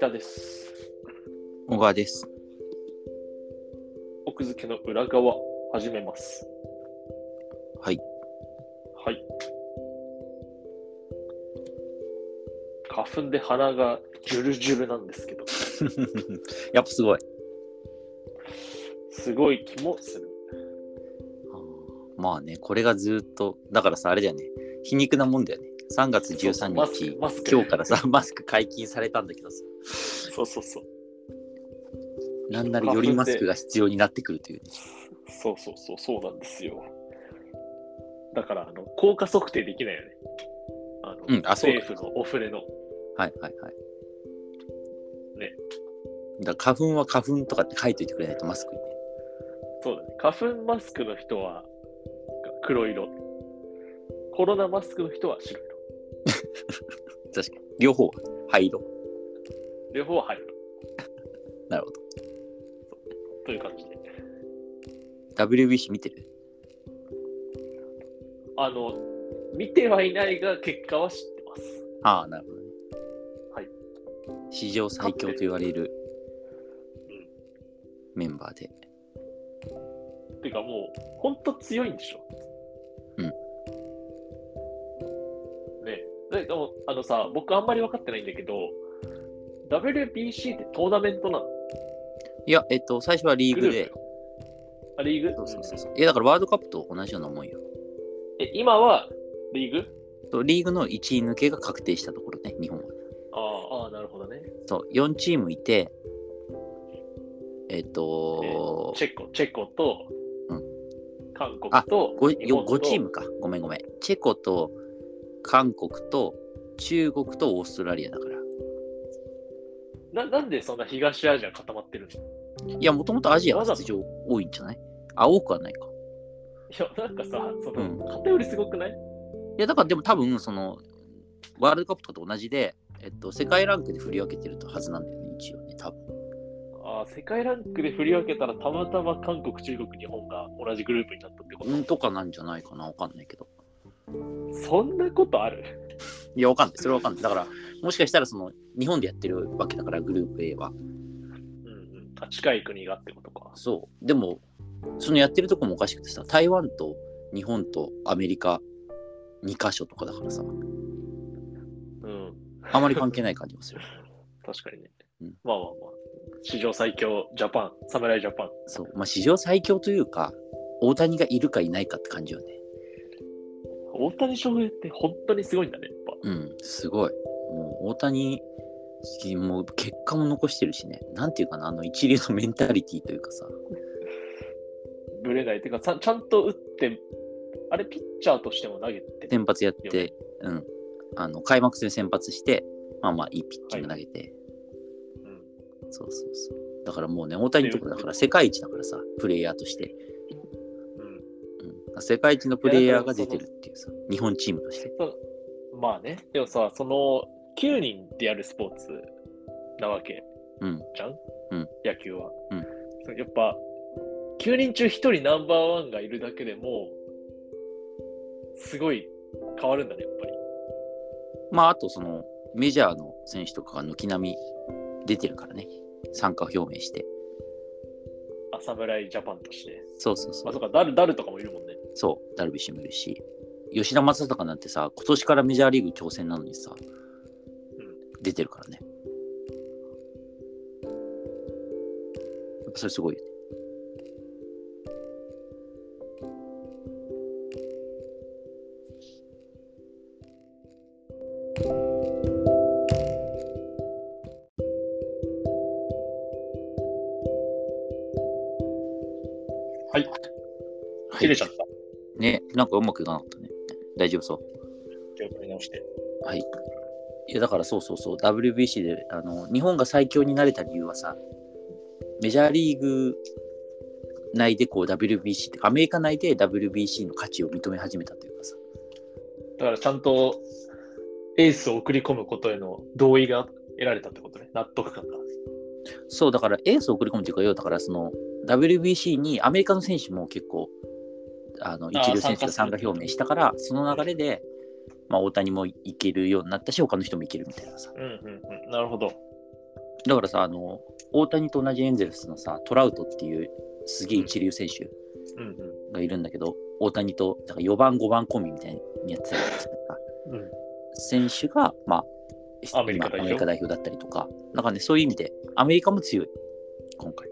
田です。小 川です。奥付けの裏側、始めます。はい。はい。花粉で鼻がジュルジュルなんですけど、やっぱすごい。すごい気もする。まあね、これがずっと、だからさ、あれだよね、皮肉なもんだよね。3月13マスク日、マスク今日からさ、マスク解禁されたんだけどさ、そうそうそう。なんならよりマスクが必要になってくるというね。そうそうそう、そうなんですよ。だから、あの、効果測定できないよね。あの、うんあそうだ政府のオフレの。はいはいはい。ね。だから花粉は花粉とかって書いといてくれないとマスクにね。そうだね。花粉マスクの人は黒色。コロナマスクの人は白色。確かに。両方は灰色。両方は入る なるほど。という感じで。 WBC 見てるあの、見てはいないが、結果は知ってます。ああ、なるほどね。はい。史上最強と言われるメンバーで。てかもう、ほんと強いんでしょ。うんねででも、あのさ、僕あんまり分かってないんだけど、WBC ってトーナメントなのいや、えっと、最初はリーグで。。あリーグそうそうそうそう。え、だからワールドカップと同じようなもんよ。え、今はリーグとリーグの1位抜けが確定したところね、日本は。あーあー、なるほどね。そう、4チームいて、えっと、チェコ、チェコと、う韓国あとご日本よと5チームか。ごめんごめん。チェコと韓国と中国とオーストラリアだから。な。なんでそんな東アジア固まってるの いや、もともとアジアわはざと出場多いんじゃないあ、多くはないか。いや、なんかさ、そうんの、偏りすごくないいや、だからでも多分、その、ワールドカップとかと同じで、えっと、世界ランクで振り分けてるはずなんだよね、一応ね、多分。あー世界ランクで振り分けたらたまたま韓国、中国、日本が同じグループになったってこと、うんとかなんじゃないかな、わかんないけど。そんなことあるいや、わかんない。それはわかんない。だから、もしかしたら、その、日本でやってるわけだから、グループ A は。うん、うん、あ近い国がってことか。そう。でも、そのやってるとこもおかしくてさ、台湾と日本とアメリカ、2カ所とかだからさ、うん、あまり関係ない感じもする。確かにね。うんまあまあまあ。史上最強、ジャパン、侍ジャパン。そう。まあ、史上最強というか、大谷がいるかいないかって感じよね。大谷翔平って本当にすごいんだね、やっうん、すごい。もう、大谷、もう結果も残してるしね、なんていうかな、あの一流のメンタリティというかさ、ぱ。ぶれない。てかさ、ちゃんと打って、あれ、ピッチャーとしても投げて。先発やって、うん、あの開幕戦先発して、まあまあいいピッチング投げて、うんそうそうそう。だからもうね、大谷のとこだから世界一だからさ、プレイヤーとして。うんうん、世界一のプレイヤーが出てるっていうさ、日本チームとして。まあね、でもさ、その9人でやるスポーツなわけうん。じゃん、うん野球は、うんそうやっぱ、9人中1人ナンバーワンがいるだけでもう、すごい変わるんだね、やっぱり。まああとそのメジャーの選手とかが軒並み出てるからね、参加表明して。あ侍ジャパンとして。そうそうそまあ、う。そうか、ダルダルとかもいるもんね。そう、ダルビッシュもいるし、吉田正尚なんてさ、今年からメジャーリーグ挑戦なのにさ、出てるからね。やっぱそれすごいよね。はい。切れちゃった。ね、なんかうまくいかなかったね。大丈夫そう。気を取り直して。はい。いや、だからそうそうそう、WBC であの日本が最強になれた理由はさ、メジャーリーグ内でこう WBC って、アメリカ内で WBC の価値を認め始めたというかさ、だから、ちゃんとエースを送り込むことへの同意が得られたってことね。納得感が。そう、だからエースを送り込むというか、要はだからその WBC にアメリカの選手も結構、あの一流選手が参加表明したから、その流れで、まあ、大谷もいけるようになったし、他の人もいけるみたいなさ。うんうんうん。なるほど。だからさ、あの、大谷と同じエンゼルスのさ、トラウトっていうすげえ一流選手うんがいるんだけど、大谷とだから4番、5番コンビみたいにやってたりとかうんうん選手が、まあ、アメリカ代表まあアメリカ代表だったりとか、なんかね、そういう意味で、アメリカも強い、今回。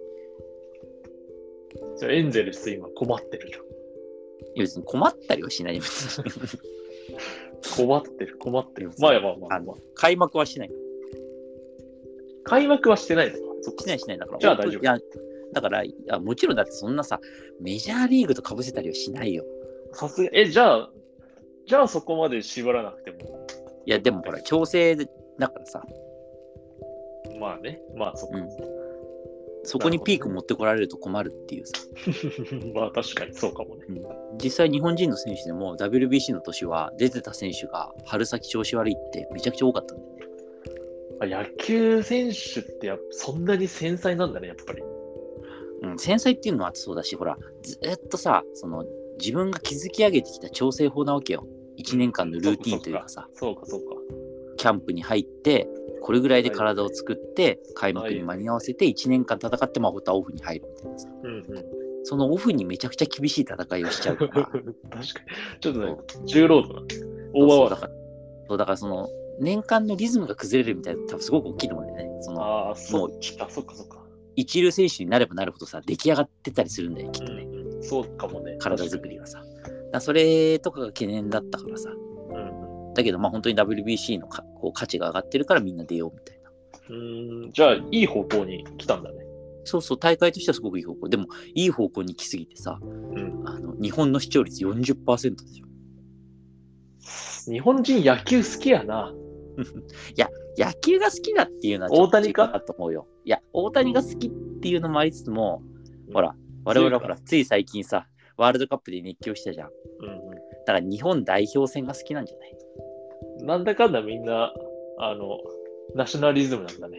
それエンゼルス今困ってるよ。いや別に困ったりはしないよ、別に困ってる、困ってる。まあまあまああまのあ。 開幕はしない。開幕はしてないのか。そっかしないしない。だから、じゃあ大丈夫いやだからいや、もちろんだってそんなさ、メジャーリーグとかぶせたりはしないよ。さすが、え、じゃあ、じゃあそこまで縛らなくても、いや、でもほら、強制だからさ、まあね、まあそっか。うんそこにピーク持ってこられると困るっていうさ、 まあ確かにそうかもね。実際日本人の選手でも WBC の年は出てた選手が春先調子悪いってめちゃくちゃ多かったんだよね。あ野球選手ってやっぱそんなに繊細なんだね、やっぱり。うん、繊細っていうのはそうだし、ほら、ずっとさ、その自分が築き上げてきた調整法なわけよ。1年間のルーティンというかさ、そうかそうか。キャンプに入って、これぐらいで体を作って、開幕に間に合わせて1年間戦って、まあ、ホタオフに入るみたいなさ。うんうん。そのオフにめちゃくちゃ厳しい戦いをしちゃうか 確らか。に。ちょっとね、重労働だ。オーバーそうワだーから、そうだからその年間のリズムが崩れるみたいなの多分すごく大きいと思うんだよね。そド。のああ、そうか、そうかそうか。一流選手になればなるほどさ、出来上がってたりするんだよ、きっとね。うん、そうかもね。体作りはさ。だからそれとかが懸念だったからさ。確かに。うんだけど、まあ本当に WBC のかこう価値が上がってるからみんな出ようみたいな。うん、うーんじゃあ、いい方向に来たんだね。そうそう、大会としてはすごくいい方向。でも、いい方向に来すぎてさ、んあの日本の視聴率40%ですよ。日本人野球好きやな。野球が好きだっていうのは大谷か違うなと思うよ。いや、大谷が好きっていうのもありつつも、ほら、我々はほら、つい最近さ、ワールドカップで熱狂したじゃん。うだから日本代表戦が好きなんじゃないん。なんだかんだみんな、あの、ナショナリズムなんだね。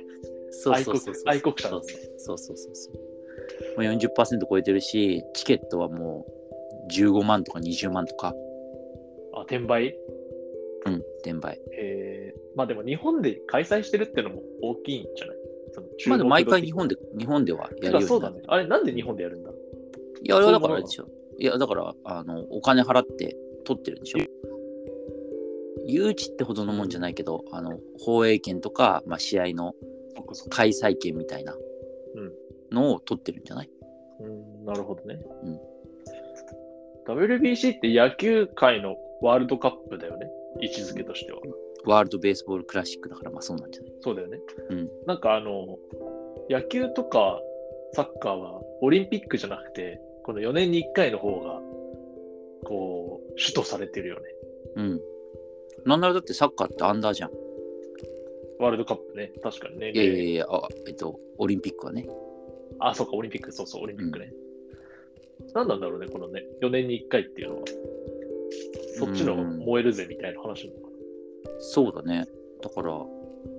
そうそうそうそう。愛国愛国者そなうんだねそうそうそうそう。もう40%超えてるし、チケットはもう15万とか20万とか、あ、転売うん、転売。えー、まあでも日本で開催してるってのも大きいんじゃないその中まあでも毎回日本本で、日本ではややるようるにそうなだる。ね。あれ、なんで日本でやるんだいや、あれはだかそうらいうものなでのしょ。いや、だから、あの、お金払って取ってるんでしょ。誘致ってほどのもんじゃないけど、あの、放映権とか、まあ、試合のそっかそっか開催権みたいなのを取ってるんじゃない、うん、なるほどね。うん WBC って野球界のワールドカップだよね。位置づけとしては。ワールドベースボールクラシックだから、まあそうなんじゃないそうだよね。うんなんかあの、野球とかサッカーはオリンピックじゃなくて、この4年に1回の方が、こう、主とされてるよね。うん。なんならだってサッカーってアンダーじゃん。ワールドカップね。確かにね。いやいやいや、あえっと、オリンピックはね。あ、そうか、オリンピック、そうそう、オリンピックね。何なんだろうね、このね、4年に1回っていうのは。そっちの方が燃えるぜみたいな話なのかそうだね。だから、な。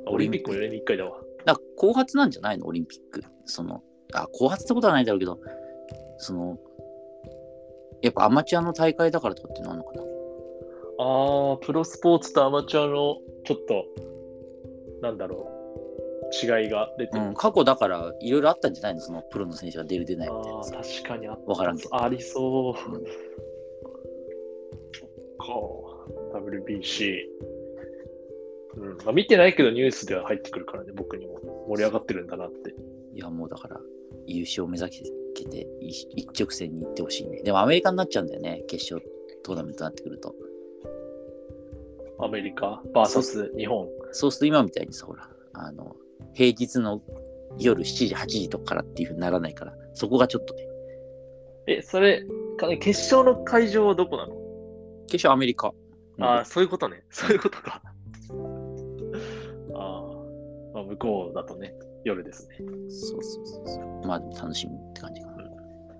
あオリンピックも4年に1回だわ。なんか後発なんじゃないのオリンピック。その、あ、後発ってことはないだろうけど、その、やっぱアマチュアの大会だからとかっていうのあるのかなあー、プロスポーツとアマチュアのちょっと、なんだろう、違いが出てる。うん、過去だからいろいろあったんじゃないのそのプロの選手が出る出ないみたいあなーさ。確かにあっわからんけど。ありそう。うんか WBC。うんまあ、見てないけどニュースでは入ってくるからね、僕にも盛り上がってるんだなって。いや、もうだから優勝を目指して一一直線に行ってほしいね。でもアメリカになっちゃうんだよね。決勝トーナメントになってくると。アメリカ VS 日本。そうすると今みたいにさ、ほら、あの、平日の夜7時、8時とかからっていうふうにならないから、そこがちょっとね。え、それ、か決勝の会場はどこなの、決勝アメリカ。ああ、そういうことね。 そういうことか。ああ、まあ、向こうだとね、夜ですね。そうそうそうそう。まあでも楽しみって感じか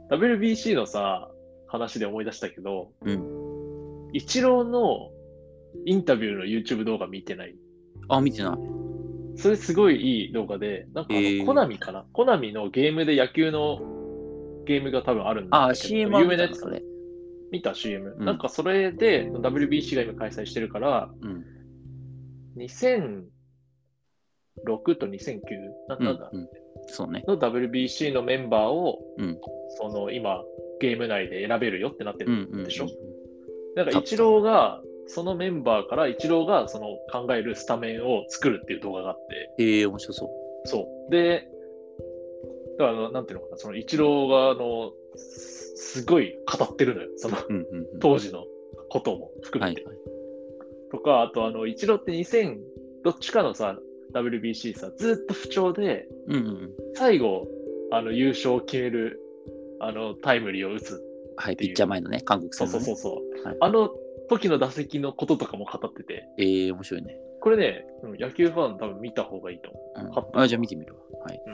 な。 WBC のさ、話で思い出したけど、うん。イチローのインタビューの YouTube 動画見てないあ、見てない。それすごいいい動画で、なんかあの、えーコナミかなコナミのゲームで野球のゲームが多分あるんだあけあ、ど CM は有見名なやたのつそかれ。見た CM、うんなんかそれで WBC が今開催してるから、うん。 2000 6と2009ななんだ、うんうん、そうね。の WBC のメンバーを、うんその今ゲーム内で選べるよってなってうる、んうん。でしょうんなんかイチローがそのメンバーからイチローがその考えるスタメンを作るっていう動画があってええ面白そう。そうでだからあのなんていうのかなそのイチローがあのすすごい語ってるのよそのうんうんうん。当時のことも含はめいて、はい。とかあとあのイチローって2000どっちかのさ WBC さずっと不調でうんうんうん。最後あの優勝を決めるあのタイムリーを打つはい、ピッチャー前のね、韓国そう戦その、うね。そうそう、はいあの時の打席のこととかも語っててええ面白いね。これねうん野球ファン多分見た方がいいと思ううん勝っ、たあじゃあ見てみるわ。はい。う